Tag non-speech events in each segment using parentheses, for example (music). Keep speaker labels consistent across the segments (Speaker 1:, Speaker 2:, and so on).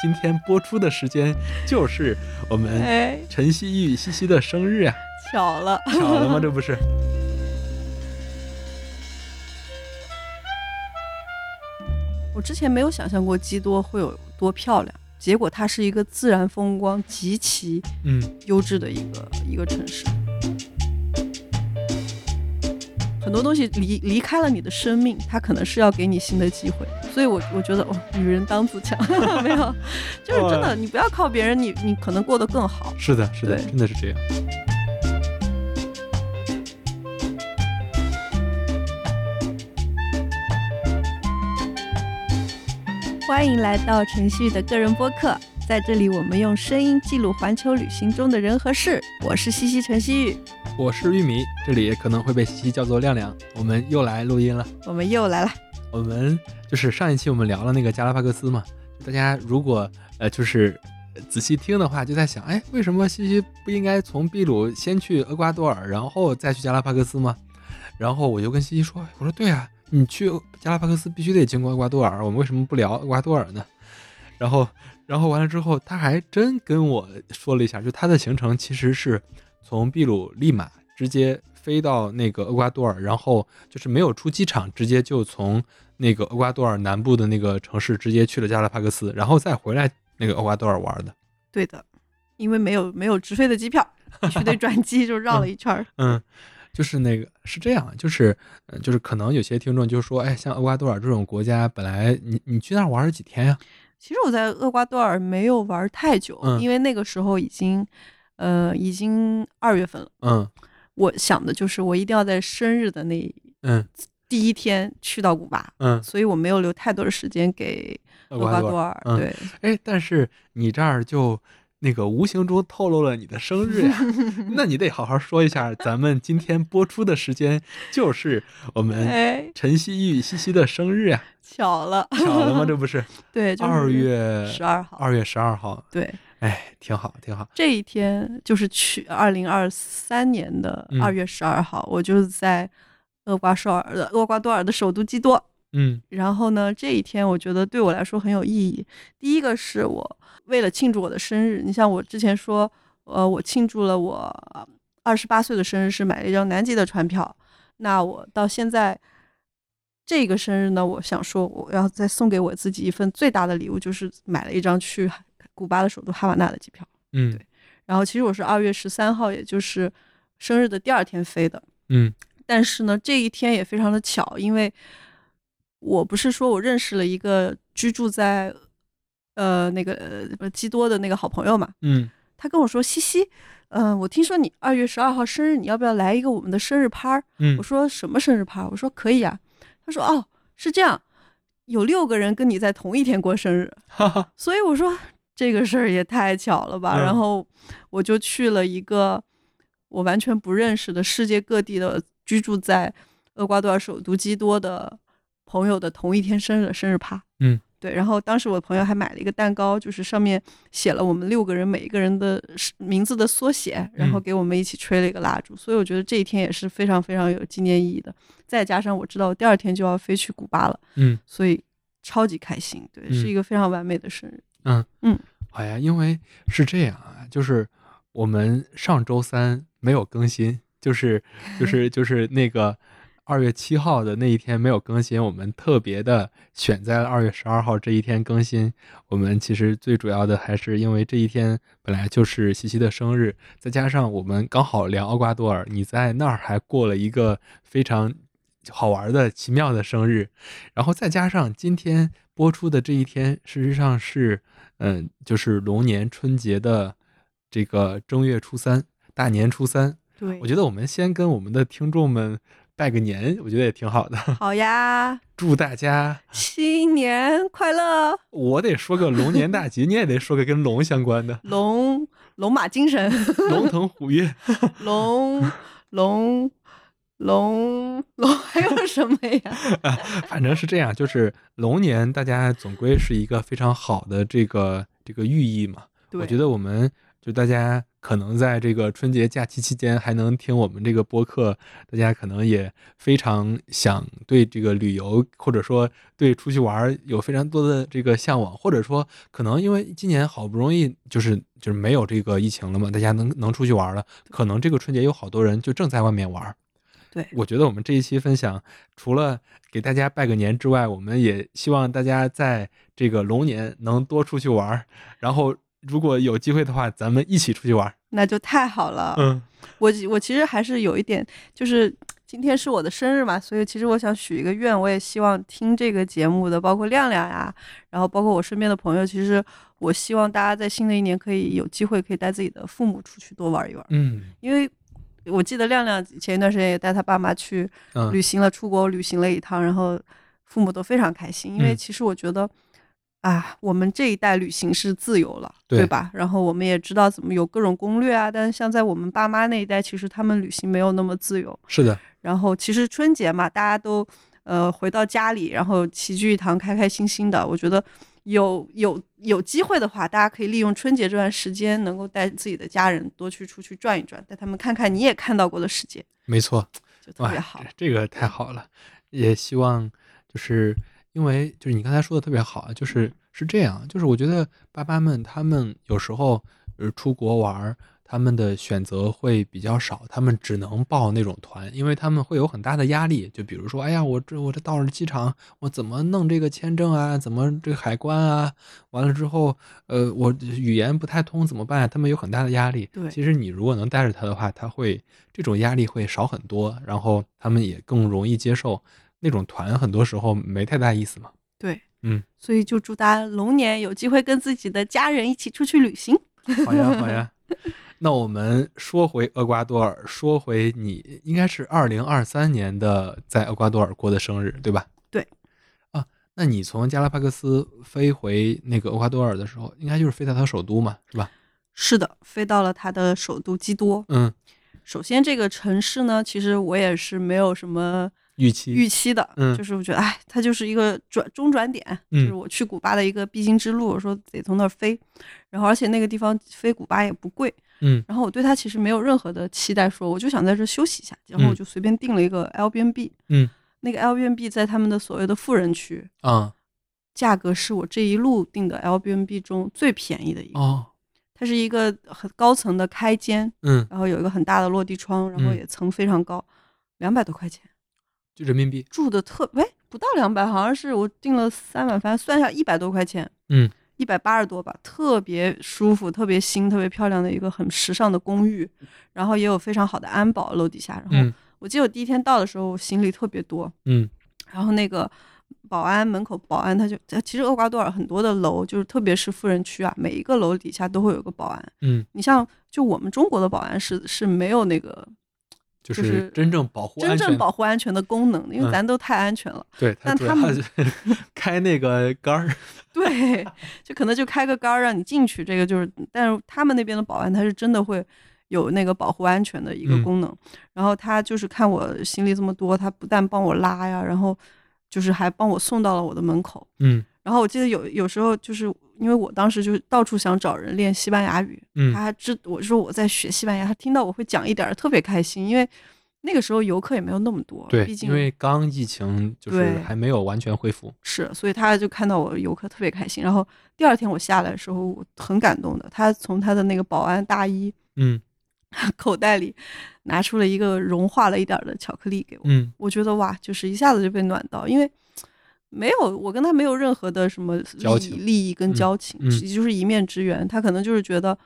Speaker 1: 今天播出的时间就是我们
Speaker 2: (laughs) 哎，
Speaker 1: 陈曦玉西西的生日
Speaker 2: (laughs)
Speaker 1: 啊，
Speaker 2: 巧了，
Speaker 1: 巧了吗？这不是？
Speaker 2: 我之前没有想象过基多会有多漂亮，结果它是一个自然风光极其
Speaker 1: 嗯，
Speaker 2: 优质的一个一个城市。很多东西离离开了你的生命，它可能是要给你新的机会，所以我我觉得哦，女人当自强， (laughs) 没有，就是真的，你不要靠别人，你你可能过得更好。
Speaker 1: 是的，是的，
Speaker 2: 对
Speaker 1: 真的是这样。
Speaker 2: 欢迎来到程旭的个人播客，在这里我们用声音记录环球旅行中的人和事。我是西西陈曦玉，
Speaker 1: 我是玉米，这里也可能会被西西叫做亮亮。我们又来录音了。
Speaker 2: 我们又来了。
Speaker 1: 我们就是上一期我们聊了那个加拉帕戈斯嘛，大家如果呃就是仔细听的话，就在想，哎，为什么西西不应该从秘鲁先去厄瓜多尔，然后再去加拉帕戈斯吗？然后我就跟西西说，我说对啊，你去加拉帕戈斯必须得经过厄瓜多尔，我们为什么不聊厄瓜多尔呢？然后，然后完了之后，他还真跟我说了一下，就他的行程其实是从秘鲁利马直接飞到那个厄瓜多尔，然后就是没有出机场，直接就从那个厄瓜多尔南部的那个城市直接去了加拉帕戈斯，然后再回来那个厄瓜多尔玩的。
Speaker 2: 对的，因为没有没有直飞的机票，必
Speaker 1: (laughs)
Speaker 2: 须得转机，就绕了一圈儿。
Speaker 1: 嗯，就是那个是这样，就是呃就是可能有些听众就说，哎，像厄瓜多尔这种国家，本来你你去那儿玩了几天呀、
Speaker 2: 其实我在厄瓜多尔没有玩太久，
Speaker 1: 嗯
Speaker 2: 因为那个时候已经，呃，已经二月份了。
Speaker 1: 嗯
Speaker 2: 我想的就是我一定要在生日的那
Speaker 1: 嗯
Speaker 2: 第一天去到古巴，
Speaker 1: 嗯，
Speaker 2: 所以我没有留太多的时间给
Speaker 1: 厄
Speaker 2: 瓜
Speaker 1: 多
Speaker 2: 多尔。
Speaker 1: 嗯
Speaker 2: 对，
Speaker 1: 哎，但是你这儿就那个无形中透露了你的生日呀、那你得好好说一下，咱们今天播出的时间就是我们
Speaker 2: 哎，
Speaker 1: 陈曦玉西西的生日
Speaker 2: (laughs)
Speaker 1: 啊，
Speaker 2: 巧了，
Speaker 1: 巧了吗？这不是
Speaker 2: 对， (laughs) 就是
Speaker 1: 二月
Speaker 2: 十二号。
Speaker 1: 二月十二号，
Speaker 2: 对，
Speaker 1: 哎，挺好，挺好。
Speaker 2: 这一天就是去二零二三年的
Speaker 1: 嗯
Speaker 2: 二月十二号，我就是在厄瓜首尔、呃厄瓜多尔的首都基多。
Speaker 1: 嗯
Speaker 2: 然后呢，这一天我觉得对我来说很有意义。第一个是我为了庆祝我的生日，你像我之前说，呃，我庆祝了我二十八岁的生日是买了一张南极的船票。那我到现在这个生日呢，我想说我要再送给我自己一份最大的礼物，就是买了一张去古巴的首都哈瓦那的机票。
Speaker 1: 嗯
Speaker 2: 对然后其实我是二月十三号，也就是生日的第二天飞的。
Speaker 1: 嗯
Speaker 2: 但是呢，这一天也非常的巧，因为我不是说我认识了一个居住在呃那个呃不基多的那个好朋友嘛，
Speaker 1: 嗯
Speaker 2: 他跟我说西西，呃，我听说你二月十二号生日，你要不要来一个我们的生日趴儿？
Speaker 1: 嗯
Speaker 2: 我，说什么生日趴儿？我说可以啊。他说哦，是这样，有六个人跟你在同一天过生日，
Speaker 1: 哈哈，
Speaker 2: (laughs) 所以我说这个事儿也太巧了吧。
Speaker 1: 嗯
Speaker 2: 然后我就去了一个我完全不认识的世界各地的居住在厄瓜多尔首都基多的朋友的同一天生日的生日趴。
Speaker 1: 嗯，
Speaker 2: 对。然后当时我朋友还买了一个蛋糕，就是上面写了我们六个人每一个人的是名字的缩写，然后
Speaker 1: 嗯
Speaker 2: 给我们一起吹了一个蜡烛。所以我觉得这一天也是非常非常有纪念意义的。再加上我知道我第二天就要飞去古巴了，
Speaker 1: 嗯
Speaker 2: 所以超级开心。对，
Speaker 1: 嗯
Speaker 2: 是一个非常完美的生日。
Speaker 1: 嗯
Speaker 2: 嗯，
Speaker 1: 好呀，因为是这样啊，就是我们上周三没有更新，就是就是就是那个二月七号的那一天没有更新，我们特别的选在了二月十二号这一天更新。我们其实最主要的还是因为这一天本来就是西西的生日，再加上我们刚好聊厄瓜多尔，你在那儿还过了一个非常好玩的、奇妙的生日，然后再加上今天播出的这一天，事实上是，嗯，就是龙年春节的这个正月初三，大年初三。
Speaker 2: 对，
Speaker 1: 我觉得我们先跟我们的听众们拜个年，我觉得也挺好的。
Speaker 2: (laughs)
Speaker 1: (laughs)
Speaker 2: 好呀，
Speaker 1: 祝大家，
Speaker 2: 新年快
Speaker 1: (laughs)
Speaker 2: 乐，，
Speaker 1: 我得说个龙年大吉，你也得说个跟龙相关的
Speaker 2: 龙龙马精
Speaker 1: (laughs)
Speaker 2: 神，
Speaker 1: 龙腾虎跃。 (laughs)
Speaker 2: 龙龙龙龙还有什么呀？
Speaker 1: 反正是这样，就是龙年，大家总归是一个非常好的这个这个寓意嘛。
Speaker 2: 对，
Speaker 1: 我觉得我们就大家可能在这个春节假期期间还能听我们这个播客，大家可能也非常想对这个旅游或者说对出去玩儿有非常多的这个向往，或者说可能因为今年好不容易就是就是没有这个疫情了嘛，大家能能出去玩儿了，可能这个春节有好多人就正在外面玩儿。
Speaker 2: 对，
Speaker 1: 我觉得我们这一期分享，除了给大家拜个年之外，我们也希望大家在这个龙年能多出去玩儿，然后如果有机会的话，咱们一起出去玩儿。
Speaker 2: 那就太好了。
Speaker 1: 嗯，
Speaker 2: 我我其实还是有一点，就是今天是我的生日嘛，所以其实我想许一个愿，我也希望听这个节目的，包括亮亮呀，然后包括我身边的朋友，其实我希望大家在新的一年可以有机会可以带自己的父母出去多玩一玩，
Speaker 1: 嗯
Speaker 2: 因为我记得亮亮前一段时间也带他爸妈去
Speaker 1: 嗯
Speaker 2: 旅行了，出国旅行了一趟，然后父母都非常开心，因为
Speaker 1: 嗯
Speaker 2: 其实我觉得。啊，我们这一代旅行是自由了，
Speaker 1: 对
Speaker 2: 吧？然后我们也知道怎么有各种攻略啊，但是像在我们爸妈那一代，其实他们旅行没有那么自由。
Speaker 1: 是的，
Speaker 2: 然后其实春节嘛，大家都呃回到家里，然后齐聚一堂，开开心心的。我觉得有有有机会的话，大家可以利用春节这段时间，能够带自己的家人多去出去转一转，带他们看看你也看到过的世界，
Speaker 1: 没错。
Speaker 2: 就特
Speaker 1: 哇，
Speaker 2: 别好。
Speaker 1: 这这个太好了，也希望就是因为就是你刚才说的特别好啊，就是是这样，就是我觉得爸爸们他们有时候呃出国玩儿，他们的选择会比较少，他们只能报那种团，因为他们会有很大的压力，就比如说，哎呀，我这我这到了机场，我怎么弄这个签证啊？怎么这个海关啊？完了之后，呃，我语言不太通怎么办？他们有很大的压力。
Speaker 2: 对
Speaker 1: 其实你如果能带着他的话，他会这种压力会少很多，然后他们也更容易接受。那种团很多时候没太大意思嘛。
Speaker 2: 对，
Speaker 1: 嗯，
Speaker 2: 所以就祝大家龙年有机会跟自己的家人一起出去旅行。
Speaker 1: (laughs) 好呀，好呀。那我们说回厄瓜多尔，说回你应该是二零二三年的在厄瓜多尔过的生日，对吧？
Speaker 2: 对。
Speaker 1: 啊，那你从加拉帕戈斯飞回那个厄瓜多尔的时候，应该就是飞到它首都嘛，是吧？
Speaker 2: 是的，飞到了他的首都基多。
Speaker 1: 嗯，
Speaker 2: 首先，这个城市呢，其实我也是没有什么
Speaker 1: 预期。
Speaker 2: 预期的，
Speaker 1: 嗯
Speaker 2: 就是我觉得，哎，它就是一个转中转点，
Speaker 1: 嗯
Speaker 2: 就是我去古巴的一个必经之路，我说得从那儿飞，然后而且那个地方飞古巴也不贵，
Speaker 1: 嗯
Speaker 2: 然后我对它其实没有任何的期待说，我就想在这休息一下，然后我就随便订了一个 Airbnb，
Speaker 1: 嗯
Speaker 2: 那个 Airbnb 在他们的所谓的富人区，
Speaker 1: 啊
Speaker 2: 价格是我这一路订的 Airbnb 中最便宜的一个，
Speaker 1: 哦
Speaker 2: 它是一个很高层的开间，
Speaker 1: 嗯，
Speaker 2: 然后有一个很大的落地窗，然后
Speaker 1: 嗯
Speaker 2: 也层非常高，两百多块钱。
Speaker 1: 就人民币。
Speaker 2: 住的特喂不到两百，好像是我订了三晚，反正算下一百多块钱，
Speaker 1: 嗯，
Speaker 2: 一百八十多吧，特别舒服，特别新，特别漂亮的一个很时尚的公寓，然后也有非常好的安保楼底下。然
Speaker 1: 嗯
Speaker 2: 后我记得我第一天到的时候，我行李特别多，
Speaker 1: 嗯
Speaker 2: 然后那个保安门口保安他就，其实厄瓜多尔很多的楼就是特别是富人区啊，每一个楼底下都会有个保安。
Speaker 1: 嗯，
Speaker 2: 你像就我们中国的保安是是没有那个
Speaker 1: 就
Speaker 2: 就是是
Speaker 1: 真正保护
Speaker 2: 真
Speaker 1: 安全
Speaker 2: 正。保护安全的功能的，因
Speaker 1: 嗯
Speaker 2: 为咱都太安全了。
Speaker 1: 对，他
Speaker 2: 但
Speaker 1: 主要
Speaker 2: 他们
Speaker 1: 是 (laughs) 开那个杆
Speaker 2: (laughs)
Speaker 1: 儿。 (laughs)
Speaker 2: 对，就可能就开个杆儿让你进去，这个就是，但是他们那边的保安他是真的会有那个保护安全的一个
Speaker 1: 嗯
Speaker 2: 功能，然后他就是看我行李这么多，他不但帮我拉呀，然后就是还帮我送到了我的门口。
Speaker 1: 嗯
Speaker 2: 然后我记得有有时候就是因为我当时就是到处想找人练西班牙语，
Speaker 1: 嗯
Speaker 2: 他还知我说我在学西班牙，他听到我会讲一点儿，特别开心，因为那个时候游客也没有那么多，
Speaker 1: 对
Speaker 2: 毕，竟
Speaker 1: 因为刚疫情就是
Speaker 2: 对
Speaker 1: 还没有完全恢复。
Speaker 2: 是，所以他就看到我游客特别开心。然后第二天我下来的时候，我很感动的，他从他的那个保安大衣 (laughs)
Speaker 1: 嗯
Speaker 2: 口袋里拿出了一个融化了一点儿的巧克力给我，
Speaker 1: 嗯
Speaker 2: 我觉得哇，就是一下子就被暖到，因为没有我跟他没有任何的什么
Speaker 1: 交
Speaker 2: 利益
Speaker 1: 情
Speaker 2: 利益跟
Speaker 1: 嗯
Speaker 2: 交情，
Speaker 1: 嗯
Speaker 2: 只就是一面之缘。他可能就是觉得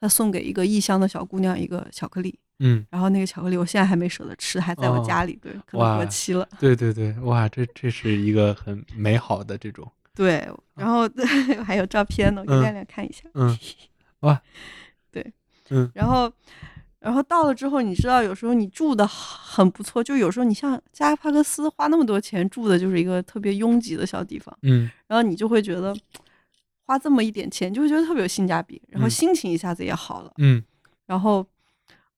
Speaker 2: 他送给一个异乡的小姑娘一个巧克力，
Speaker 1: 嗯，
Speaker 2: 然后那个巧克力我现在还没舍得吃，还在我
Speaker 1: 哦
Speaker 2: 家里，对，可
Speaker 1: 哇
Speaker 2: 能过期了。
Speaker 1: 对对对，哇，这这是一个很美好的这种，
Speaker 2: 对，然后 (laughs) 还有照片呢，我给
Speaker 1: 嗯
Speaker 2: 亮亮看一下。
Speaker 1: 嗯，哇，
Speaker 2: (laughs) 对，
Speaker 1: 嗯
Speaker 2: 然后，然后到了之后，你知道，有时候你住的很不错，就有时候你像加拉帕戈斯花那么多钱住的就是一个特别拥挤的小地方，
Speaker 1: 嗯
Speaker 2: 然后你就会觉得花这么一点钱，就会觉得特别有性价比，然后
Speaker 1: 嗯
Speaker 2: 心情一下子也好了，
Speaker 1: 嗯
Speaker 2: 然后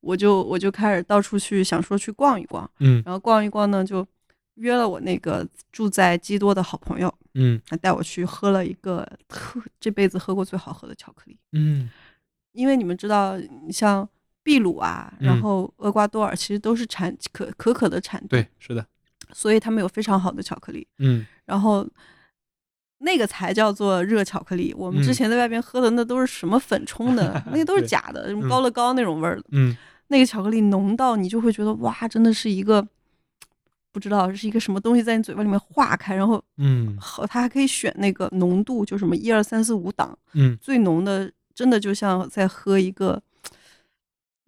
Speaker 2: 我就我就开始到处去想说去逛一逛，
Speaker 1: 嗯
Speaker 2: 然后逛一逛呢，就约了我那个住在基多的好朋友，
Speaker 1: 嗯
Speaker 2: 他带我去喝了一个特这辈子喝过最好喝的巧克力。
Speaker 1: 嗯，
Speaker 2: 因为你们知道，你像秘鲁啊，
Speaker 1: 嗯
Speaker 2: 然后厄瓜多尔其实都是产可可可的产地，
Speaker 1: 对，是的，
Speaker 2: 所以他们有非常好的巧克力。
Speaker 1: 嗯，
Speaker 2: 然后那个才叫做热巧克力。我们
Speaker 1: 嗯
Speaker 2: 之前在外边喝的那都是什么粉冲的，那个都是
Speaker 1: 对
Speaker 2: 假的，什
Speaker 1: 嗯
Speaker 2: 么高乐高那种味儿的。
Speaker 1: 嗯，
Speaker 2: 那个巧克力浓到你就会觉得哇，真的是一个不知道是一个什么东西在你嘴巴里面化开，然后
Speaker 1: 嗯，
Speaker 2: 好，它还可以选那个浓度，就什么一二三四五档，
Speaker 1: 嗯，
Speaker 2: 最浓的真的就像在喝一个，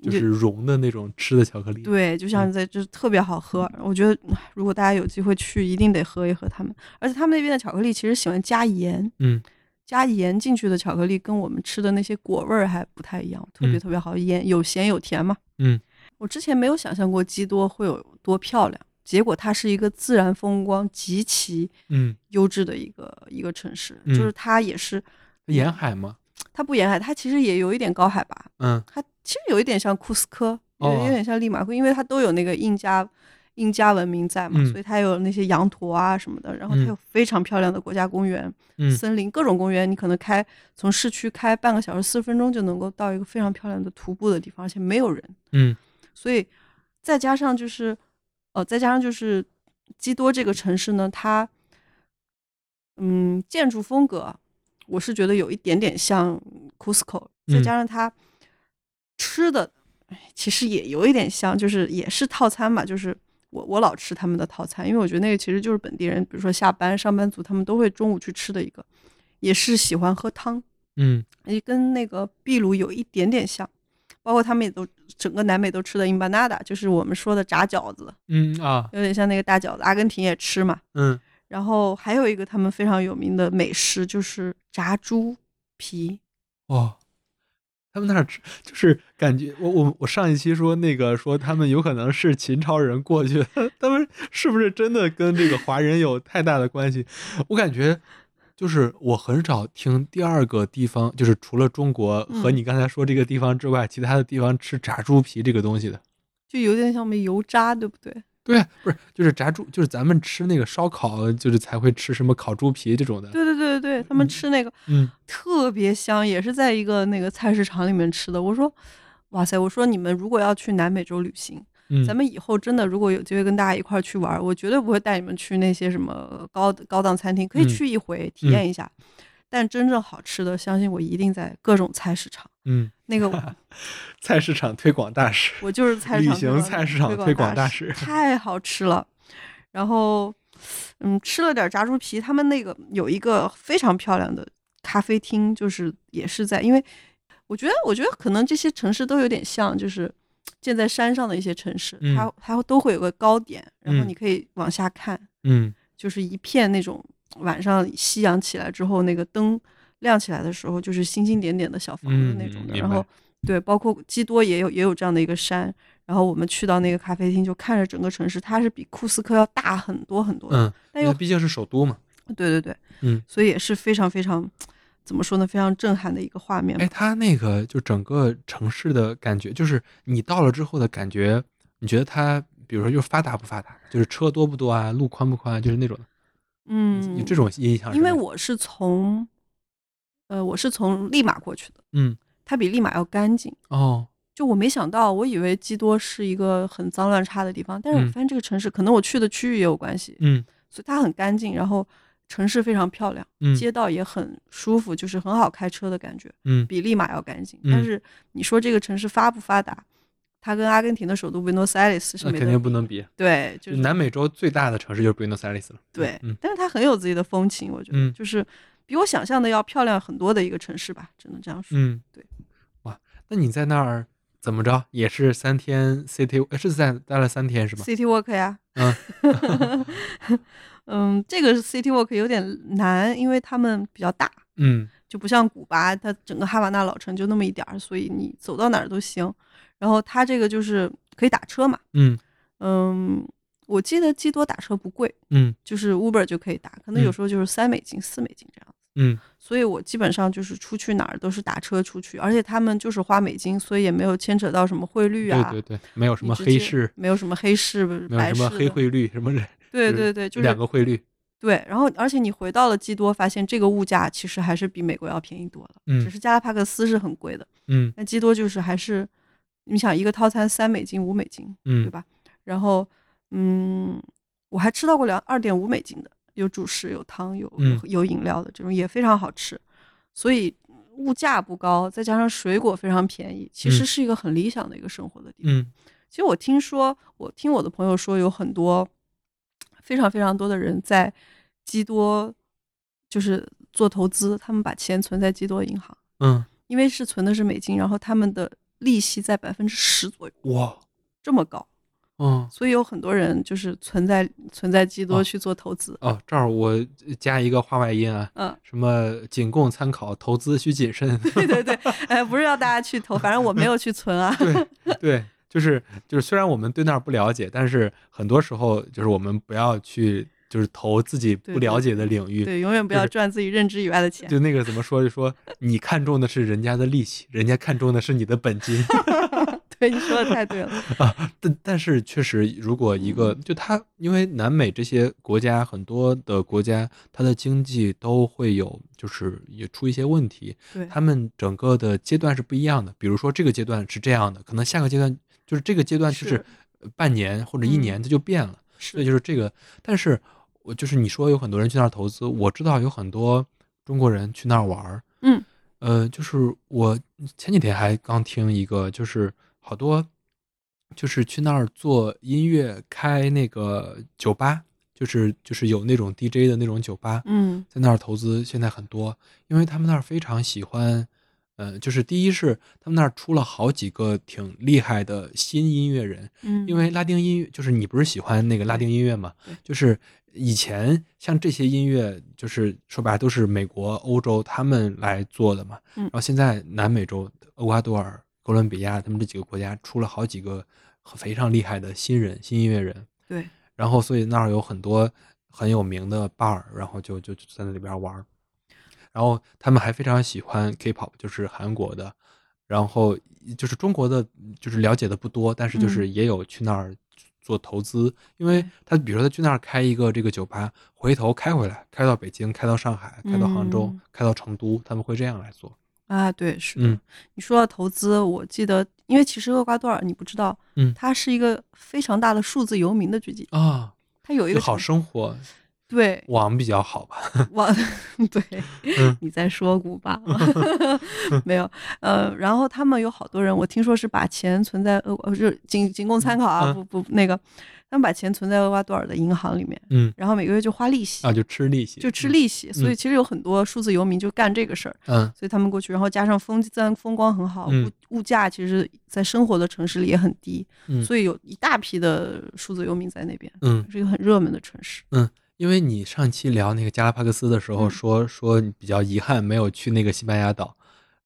Speaker 1: 就
Speaker 2: 就是
Speaker 1: 融的那种吃的巧克力。，
Speaker 2: 对，就
Speaker 1: 嗯
Speaker 2: 像在就是特别好喝。我觉得唉如果大家有机会去，一定得喝一喝他们，而且他们那边的巧克力其实喜欢加盐，
Speaker 1: 嗯，
Speaker 2: 加盐进去的巧克力跟我们吃的那些果味儿还不太一样，特别
Speaker 1: 嗯
Speaker 2: 特别好，盐有咸有甜嘛。
Speaker 1: 嗯，
Speaker 2: 我之前没有想象过基多会有多漂亮，结果它是一个自然风光极其
Speaker 1: 嗯，
Speaker 2: 优质的一个一个城市，
Speaker 1: 嗯
Speaker 2: 就是它也是
Speaker 1: 沿海嘛，
Speaker 2: 它不沿海，它其实也有一点高海拔，
Speaker 1: 嗯，
Speaker 2: 它其实有一点像库斯科，有
Speaker 1: 哦
Speaker 2: 有点像利马库，因为它都有那个印加印加文明在嘛，
Speaker 1: 嗯
Speaker 2: 所以它有那些羊驼啊什么的，然后它
Speaker 1: 嗯
Speaker 2: 有非常漂亮的国家公园、
Speaker 1: 嗯，
Speaker 2: 森林、各种公园，你可能开从市区开半个小时四十分钟就能够到一个非常漂亮的徒步的地方，而且没有人，
Speaker 1: 嗯，
Speaker 2: 所以再加上就是，呃，再加上就是基多这个城市呢，它，嗯，建筑风格，我是觉得有一点点像 Cusco，再
Speaker 1: 嗯
Speaker 2: 加上它吃的，哎其实也有一点像，就是也是套餐嘛，就是。我我老吃他们的套餐，因为我觉得那个其实就是本地人，比如说下班上班族，他们都会中午去吃的一个，也是喜欢喝汤，
Speaker 1: 嗯，
Speaker 2: 也跟那个秘鲁有一点点像，包括他们也都整个南美都吃的 empanada，就是我们说的炸饺子，
Speaker 1: 嗯啊，
Speaker 2: 有点像那个大饺子。阿根廷也吃嘛，
Speaker 1: 嗯，
Speaker 2: 然后还有一个他们非常有名的美食就是炸猪皮，
Speaker 1: 哦，他们那儿吃就是感觉我我我上一期说那个说他们有可能是秦朝人过去， (laughs) 他们是不是真的跟这个华人有太大的关系？我感觉就是我很少听第二个地方，就是除了中国和
Speaker 2: 嗯
Speaker 1: 你刚才说这个地方之外，其他的地方吃炸猪皮这个东西的。
Speaker 2: 就有点像我们油炸，对不对？
Speaker 1: 对啊，不是就是炸猪，就是咱们吃那个烧烤，就是才会吃什么烤猪皮这种的。
Speaker 2: 对对对对对，他们吃那个
Speaker 1: 嗯
Speaker 2: 特别香，也是在一个那个菜市场里面吃的。我说，哇塞！我说你们如果要去南美洲旅行，
Speaker 1: 嗯，
Speaker 2: 咱们以后真的如果有机会跟大家一块儿去玩儿，我绝对不会带你们去那些什么高高档餐厅，可以
Speaker 1: 嗯
Speaker 2: 去一回、体
Speaker 1: 嗯
Speaker 2: 验一下。但真正好吃的，相信我一定在各种菜市场。
Speaker 1: 嗯，
Speaker 2: 那个我
Speaker 1: 菜市场推广大使，
Speaker 2: 我就是菜市
Speaker 1: 旅
Speaker 2: 场
Speaker 1: 行菜市场推广大
Speaker 2: 使，
Speaker 1: (laughs) 使。
Speaker 2: 太好吃了。然后，嗯，吃了点炸猪皮，他们那个有一个非常漂亮的咖啡厅，就是也是在，因为我觉得，我觉得可能这些城市都有点像，就是建在山上的一些城市，
Speaker 1: 嗯
Speaker 2: 它它都会有个高点，然后
Speaker 1: 嗯
Speaker 2: 你可以往下看，
Speaker 1: 嗯
Speaker 2: 就是一片那种晚上夕阳起来之后，那个灯亮起来的时候，就是星星点点的小房子那种
Speaker 1: 嗯
Speaker 2: 的。
Speaker 1: 明白
Speaker 2: 然后对，包括基多也有也有这样的一个山。然后我们去到那个咖啡厅，就看着整个城市，它是比库斯科要大很多很多的。
Speaker 1: 嗯，
Speaker 2: 但
Speaker 1: 因
Speaker 2: 又
Speaker 1: 为毕竟是首都嘛。
Speaker 2: 对对对，
Speaker 1: 嗯，
Speaker 2: 所以也是非常非常怎么说呢，非常震撼的一个画面吧。
Speaker 1: 哎，它那个就整个城市的感觉，就是你到了之后的感觉，你觉得它，比如说就是发达不发达，就是车多不多啊，路宽不宽啊，就是那种的，
Speaker 2: 嗯，
Speaker 1: 有这种印象是
Speaker 2: 因
Speaker 1: 没
Speaker 2: 为
Speaker 1: 有。
Speaker 2: 我是从呃我是从利马过去的，
Speaker 1: 嗯
Speaker 2: 它比利马要干净。
Speaker 1: 哦
Speaker 2: 就我没想到，我以为基多是一个很脏乱差的地方，但是我
Speaker 1: 嗯
Speaker 2: 发现这个城市、可能我去的区域也有关系，
Speaker 1: 嗯
Speaker 2: 所以它很干净，然后城市非常漂亮，
Speaker 1: 嗯
Speaker 2: 街道也很舒服，就是很好开车的感觉，
Speaker 1: 嗯
Speaker 2: 比利马要干净。
Speaker 1: 嗯
Speaker 2: 但是你说这个城市发不发达？它跟阿根廷的首都布宜诺斯艾利斯是
Speaker 1: 那
Speaker 2: 没得
Speaker 1: 肯定不能比。
Speaker 2: 对，就是
Speaker 1: 南美洲最大的城市就是布宜诺斯艾利斯了。
Speaker 2: 对，
Speaker 1: 嗯
Speaker 2: 但是它很有自己的风情，我觉得、
Speaker 1: 嗯
Speaker 2: 就是比我想象的要漂亮很多的一个城市吧，只能这样说。
Speaker 1: 嗯，
Speaker 2: 对。
Speaker 1: 哇，那你在那儿怎么着？也是三天 CT，呃是在待了三天是吧？
Speaker 2: City Walk 呀，
Speaker 1: 嗯
Speaker 2: 嗯，这个 City Walk 有点难，因为他们比较大，
Speaker 1: 嗯
Speaker 2: 就不像古巴，它整个哈瓦那老城就那么一点儿，所以你走到哪儿都行。然后它这个就是可以打车嘛，
Speaker 1: 嗯
Speaker 2: 嗯，我记得基多打车不贵，
Speaker 1: 嗯
Speaker 2: 就是 Uber 就可以打，可能有
Speaker 1: 嗯
Speaker 2: 时候就是三美金、四美金这样。
Speaker 1: 嗯
Speaker 2: 所以我基本上就是出去哪儿都是打车出去，而且他们就是花美金，所以也没有牵扯到什么汇率啊，
Speaker 1: 对对对，没有什
Speaker 2: 你
Speaker 1: 么
Speaker 2: 直
Speaker 1: 黑
Speaker 2: 接
Speaker 1: 市，
Speaker 2: 没有什么黑市、
Speaker 1: 没有
Speaker 2: 白
Speaker 1: 什
Speaker 2: 市
Speaker 1: 么
Speaker 2: 的，
Speaker 1: 黑汇率，什么人
Speaker 2: 对
Speaker 1: 就是
Speaker 2: 对对，就是
Speaker 1: 两个汇率。
Speaker 2: 对，然后而且你回到了基多，发现这个物价其实还是比美国要便宜多了，
Speaker 1: 嗯
Speaker 2: 只是加拉帕戈斯是很贵的，
Speaker 1: 嗯
Speaker 2: 但基多就是还是，你想一个套餐三美金、五美金，对
Speaker 1: 嗯
Speaker 2: 吧然后嗯，我还吃到过两二点五美金的，有主食、有汤、有有
Speaker 1: 嗯
Speaker 2: 有饮料的这种也非常好吃，所以物价不高，再加上水果非常便宜，其实
Speaker 1: 嗯
Speaker 2: 是一个很理想的一个生活的地方。
Speaker 1: 嗯
Speaker 2: 其实我听说，我听我的朋友说，有很多非常非常多的人在基多就是做投资，他们把钱存在基多银行，
Speaker 1: 嗯，
Speaker 2: 因为是存的是美金，然后他们的利息在百分之十左右，
Speaker 1: 哇，
Speaker 2: 这么高，
Speaker 1: 嗯。
Speaker 2: 所以有很多人就是存在存在基
Speaker 1: 哦
Speaker 2: 多去做投资。
Speaker 1: 哦，这儿我加一个话外音啊，
Speaker 2: 嗯，
Speaker 1: 什么仅供参考，投资需谨慎。
Speaker 2: 对对对，哎，不是要大家去投，反正我没有去存
Speaker 1: (laughs)
Speaker 2: 啊。
Speaker 1: 对 (laughs) 对，就是就是，虽然我们对那儿不了解，但是很多时候就是我们不要去就是投自己
Speaker 2: 对
Speaker 1: 不
Speaker 2: 对
Speaker 1: 了解的领域。
Speaker 2: 对，永远不
Speaker 1: 就
Speaker 2: 要
Speaker 1: 是
Speaker 2: 赚自己认知以外的钱。
Speaker 1: 就那个怎么说？就说你看中的是人家的利息，人家看中的是你的本金
Speaker 2: (laughs) 对，你说的
Speaker 1: (laughs)
Speaker 2: 太对了。
Speaker 1: 啊。但但是确实，如果一个
Speaker 2: 嗯
Speaker 1: 就它，因为南美这些国家很多的国家，它的经济都会有就是也出一些问题，
Speaker 2: 对，
Speaker 1: 他们整个的阶段是不一样的。比如说这个阶段是这样的，可能下个阶段就是这个阶段就是
Speaker 2: 是
Speaker 1: 呃半年或者一
Speaker 2: 嗯
Speaker 1: 年它就变了，所以
Speaker 2: 是
Speaker 1: 就是这个。但是我就是你说有很多人去那儿投资，我知道有很多中国人去那儿玩儿，
Speaker 2: 嗯，
Speaker 1: 呃，就是我前几天还刚听一个，就是好多就是去那儿做音乐开那个酒吧，就是就是有那种 DJ 的那种酒吧，
Speaker 2: 嗯
Speaker 1: 在那儿投资现在很多，因为他们那儿非常喜欢，呃，就是第一是他们那儿出了好几个挺厉害的新音乐人，
Speaker 2: 嗯，
Speaker 1: 因为拉丁音乐就是你不是喜欢那个拉丁音乐嘛
Speaker 2: 对，
Speaker 1: 就是以前像这些音乐，就是说白了都是美国、欧洲他们来做的嘛，
Speaker 2: 嗯
Speaker 1: 然后现在南美洲、厄瓜多尔、哥伦比亚他们这几个国家出了好几个非常厉害的新人、新音乐人，
Speaker 2: 对，
Speaker 1: 然后所以那儿有很多很有名的 bar，然后就就就在那里边玩儿。然后他们还非常喜欢 K-pop，就是韩国的，然后就是中国的，就是了解的不多，但是
Speaker 2: 嗯
Speaker 1: 就是也有去那儿做投资，因为他比如说他去那儿开一个这个酒吧，回头开回来，开到北京，开到上海，开到杭州，
Speaker 2: 嗯
Speaker 1: 开到成都，他们会这样来做。
Speaker 2: 啊，对，是的。
Speaker 1: 嗯
Speaker 2: 你说到投资，我记得，因为其实厄瓜多尔你不知道，
Speaker 1: 嗯
Speaker 2: 它是一个非常大的数字游民的聚集地，
Speaker 1: 啊，
Speaker 2: 它有一
Speaker 1: 就
Speaker 2: 个
Speaker 1: 好
Speaker 2: 城
Speaker 1: 生活，
Speaker 2: 对
Speaker 1: 网比较好吧？
Speaker 2: 网， (laughs) 对，
Speaker 1: 嗯
Speaker 2: 你在说古巴
Speaker 1: (laughs)
Speaker 2: 吗？没有，呃，然后他们有好多人，我听说是把钱存在厄瓜，就是仅仅供参考啊，
Speaker 1: 嗯
Speaker 2: 不不那个，他们把钱存在厄瓜多尔的银行里面，
Speaker 1: 嗯
Speaker 2: 然后每个月就花利息，
Speaker 1: 啊，就吃利息，
Speaker 2: 就吃利息，所以其实有很多数字游民就干这个事儿。
Speaker 1: 嗯，
Speaker 2: 所以他们过去，然后加上风自然风光很好，
Speaker 1: 嗯
Speaker 2: 物物价其实，在生活的城市里也很低，
Speaker 1: 嗯
Speaker 2: 所以有一大批的数字游民在那边，
Speaker 1: 嗯嗯。
Speaker 2: 是一个很热门的城市。
Speaker 1: 因为你上期聊那个加拉帕戈斯的时候
Speaker 2: 嗯
Speaker 1: 说、说你比较遗憾没有去那个西班牙岛，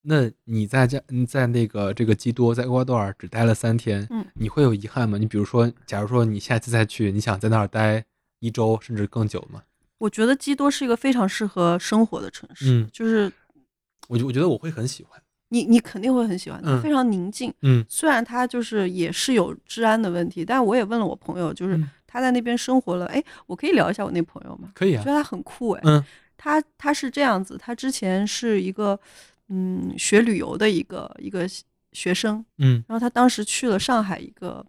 Speaker 1: 那你在加嗯在那个这个基多在厄瓜多尔只待了三天，
Speaker 2: 嗯
Speaker 1: 你会有遗憾吗？你比如说，假如说你下次再去，你想在那儿待一周甚至更久吗？
Speaker 2: 我觉得基多是一个非常适合生活的城市，
Speaker 1: 嗯
Speaker 2: 就是
Speaker 1: 我就我觉得我会很喜欢，
Speaker 2: 你你肯定会很喜欢，它
Speaker 1: 嗯
Speaker 2: 非常宁静。
Speaker 1: 嗯
Speaker 2: 虽然它就是也是有治安的问题，但我也问了我朋友，就是
Speaker 1: 嗯
Speaker 2: 他在那边生活了，哎，我可以聊一下我那朋友吗？
Speaker 1: 可以
Speaker 2: 我
Speaker 1: 啊
Speaker 2: 觉，得他很酷哎，
Speaker 1: 嗯
Speaker 2: 他他是这样子，他之前是一个嗯学旅游的一个一个学生，
Speaker 1: 嗯
Speaker 2: 然后他当时去了上海一个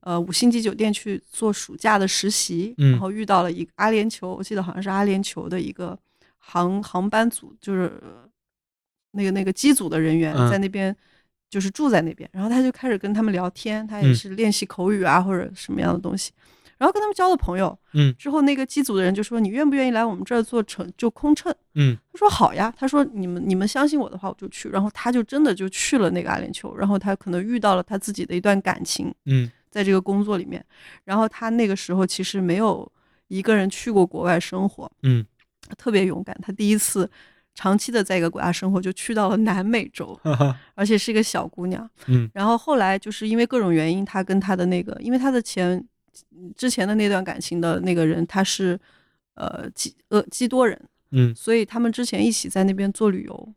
Speaker 2: 呃五星级酒店去做暑假的实习，
Speaker 1: 嗯
Speaker 2: 然后遇到了一个阿联酋，我记得好像是阿联酋的一个航航班组，就是呃那个那个机组的人员
Speaker 1: 嗯
Speaker 2: 在那边。就是住在那边，然后他就开始跟他们聊天，他也
Speaker 1: 嗯
Speaker 2: 是练习口语啊、或者什么样的东西，然后跟他们交了朋友，
Speaker 1: 嗯
Speaker 2: 之后那个机组的人就说：“你愿不愿意来我们这儿做乘就空乘
Speaker 1: 嗯？”
Speaker 2: 他说：“好呀。”他说：“你们你们相信我的话，我就去。”然后他就真的就去了那个阿联酋，然后他可能遇到了他自己的一段感情，
Speaker 1: 嗯
Speaker 2: 在这个工作里面。然后他那个时候其实没有一个人去过国外生活，
Speaker 1: 嗯，
Speaker 2: 他特别勇敢。他第一次长期的在一个国家生活，就去到了南美洲，
Speaker 1: 哈哈，
Speaker 2: 而且是一个小姑娘。
Speaker 1: 嗯
Speaker 2: 然后后来就是因为各种原因，他跟他的那个，因为他的前之前的那段感情的那个人，他是呃基呃基多人，
Speaker 1: 嗯
Speaker 2: 所以他们之前一起在那边做旅游，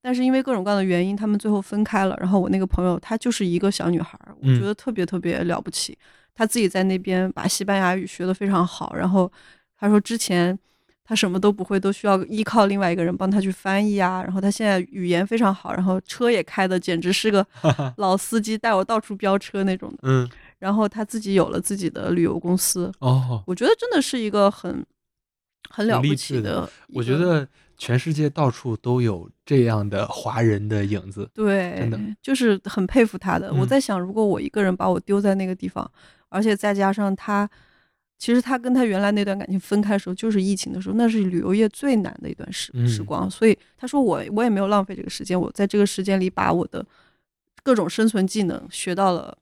Speaker 2: 但是因为各种各样的原因，他们最后分开了。然后我那个朋友，她就是一个小女孩儿，我
Speaker 1: 嗯
Speaker 2: 觉得特别特别了不起。她自己在那边把西班牙语学得非常好，然后她说之前他什么都不会，都需要依靠另外一个人帮他去翻译啊。然后他现在语言非常好，然后车也开的简直
Speaker 1: (laughs)
Speaker 2: 是个老司机，带我到处飙车那种的。
Speaker 1: (laughs) 嗯，
Speaker 2: 然后他自己有了自己的旅游公司，
Speaker 1: 哦，
Speaker 2: 我觉得真的是一个很很了不起
Speaker 1: 挺励志的
Speaker 2: 一
Speaker 1: 我觉
Speaker 2: 个
Speaker 1: 得全世界到处都有这样的华人的影子。
Speaker 2: 对，
Speaker 1: 真的
Speaker 2: 就是很佩服他的。我
Speaker 1: 嗯
Speaker 2: 在想，如果我一个人把我丢在那个地方，而且再加上他，其实他跟他原来那段感情分开的时候，就是疫情的时候，那是旅游业最难的一段时、时
Speaker 1: 嗯
Speaker 2: 光。所以他说我我也没有浪费这个时间，我在这个时间里把我的各种生存技能学到了，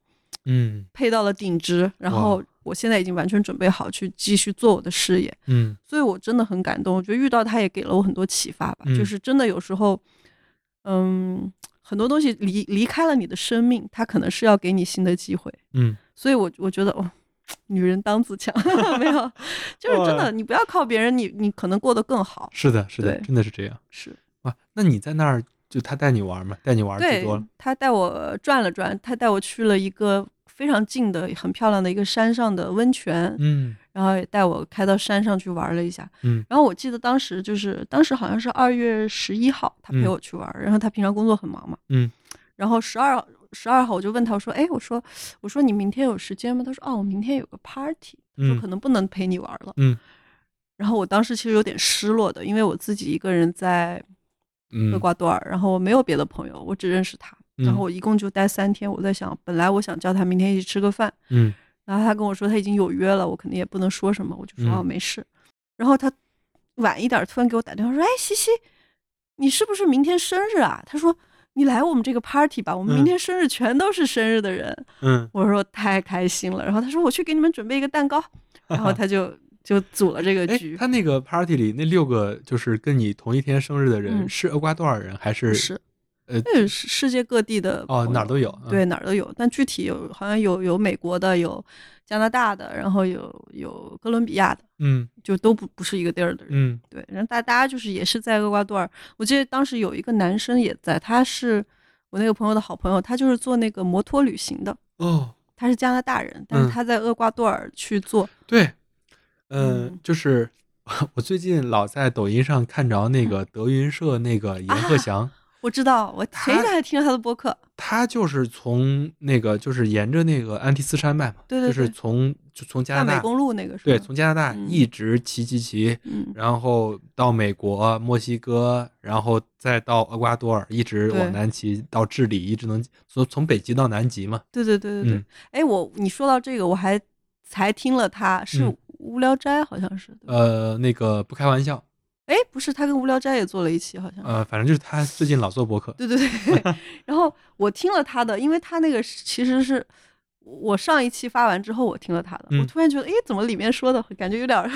Speaker 1: 嗯
Speaker 2: 配到了顶值，然
Speaker 1: 哇
Speaker 2: 后我现在已经完全准备好去继续做我的事业。
Speaker 1: 嗯
Speaker 2: 所以我真的很感动。我觉得遇到他也给了我很多启发吧，
Speaker 1: 嗯
Speaker 2: 就是真的有时候，嗯，很多东西离离开了你的生命，他可能是要给你新的机会。
Speaker 1: 嗯，
Speaker 2: 所以我我觉得哦。女人当自强， (laughs) 没有，就是真
Speaker 1: 哇
Speaker 2: 的，你不要靠别人，你你可能过得更好。
Speaker 1: 是的，是的，
Speaker 2: 对
Speaker 1: 真的是这样。
Speaker 2: 是
Speaker 1: 哇，那你在那儿就他带你玩嘛，带你玩儿最
Speaker 2: 对
Speaker 1: 多了。
Speaker 2: 他带我转了转，他带我去了一个非常近的、很漂亮的一个山上的温泉，
Speaker 1: 嗯
Speaker 2: 然后也带我开到山上去玩了一下。
Speaker 1: 嗯
Speaker 2: 然后我记得当时就是当时好像是二月十一号，他陪
Speaker 1: 嗯
Speaker 2: 我去玩儿，然后他平常工作很忙嘛，
Speaker 1: 嗯，
Speaker 2: 然后十二十二号我就问他我说，哎，我说我说你明天有时间吗？他说哦，我明天有个 party，他说
Speaker 1: 嗯
Speaker 2: 可能不能陪你玩儿了，
Speaker 1: 嗯。
Speaker 2: 然后我当时其实有点失落的，因为我自己一个人在厄
Speaker 1: 嗯
Speaker 2: 瓜多尔，然后我没有别的朋友，我只认识他，然
Speaker 1: 嗯
Speaker 2: 后我一共就待三天。我在想，本来我想叫他明天一起吃个饭，
Speaker 1: 嗯
Speaker 2: 然后他跟我说他已经有约了，我肯定也不能说什么，我就说
Speaker 1: 嗯
Speaker 2: 哦没事。然后他晚一点儿突然给我打电话说：“哎，西西，你是不是明天生日啊？”他说：“你来我们这个 party 吧，我们明
Speaker 1: 嗯
Speaker 2: 天生日全都是生日的人。
Speaker 1: 嗯，
Speaker 2: 我说：“太开心了。”然后他说：“我去给你们准备一个
Speaker 1: (laughs)
Speaker 2: 蛋糕。”然后他就就组了这个
Speaker 1: 哎
Speaker 2: 局，。
Speaker 1: 他那个 party 里那六个就是跟你同一天生日的人
Speaker 2: 嗯
Speaker 1: 是厄瓜多尔人还是？
Speaker 2: 是，
Speaker 1: 呃
Speaker 2: 那是世界各地的
Speaker 1: 哦，
Speaker 2: 朋
Speaker 1: 哪儿
Speaker 2: 友
Speaker 1: 都有。嗯，
Speaker 2: 对，哪儿都有，但具体有好像有有美国的，有加拿大的，然后有有哥伦比亚的，
Speaker 1: 嗯
Speaker 2: 就都不不是一个地儿的人。
Speaker 1: 嗯
Speaker 2: 对，然后大大家就是也是在厄瓜多尔，我记得当时有一个男生也在，他是我那个朋友的好朋友，他就是做那个摩托旅行的，
Speaker 1: 哦，
Speaker 2: 他是加拿大人，但
Speaker 1: 嗯
Speaker 2: 是他在厄瓜多尔去做，
Speaker 1: 对，嗯、
Speaker 2: 嗯
Speaker 1: 就是。 (laughs) 我最近老在抖音上看着那个德云社那个阎鹤
Speaker 2: 啊
Speaker 1: 祥，
Speaker 2: 我知道，我前一
Speaker 1: 他
Speaker 2: 阵还听了他的播客，
Speaker 1: 他就是从那个就是沿着那个安第斯山脉嘛，
Speaker 2: 对对
Speaker 1: 就是
Speaker 2: 对
Speaker 1: 从就从加
Speaker 2: 大
Speaker 1: 拿
Speaker 2: 美
Speaker 1: 大
Speaker 2: 公路那个是
Speaker 1: 对，
Speaker 2: 吗
Speaker 1: 从加拿大
Speaker 2: 嗯
Speaker 1: 一直骑骑骑，
Speaker 2: 嗯，
Speaker 1: 然后到美国、墨西哥，然后再到厄瓜多尔，一直往
Speaker 2: 对
Speaker 1: 南骑到智利，一直能从从北极到南极嘛。
Speaker 2: 对对对对对
Speaker 1: 嗯，
Speaker 2: 哎、我你说到这个，我还才听了他是
Speaker 1: 嗯
Speaker 2: 《无聊斋》好像是，对吧
Speaker 1: 呃，那个不开玩笑，
Speaker 2: 哎、不是，他跟《无聊斋》也做了一期，好像，
Speaker 1: 呃，反正就是他最近老做博客。
Speaker 2: (laughs) 对对对。然后我听了他的，因为他那个是其实是我上一期发完之后，我听了他的，我
Speaker 1: 嗯
Speaker 2: 突然觉得，哎，怎么里面说的感觉有点儿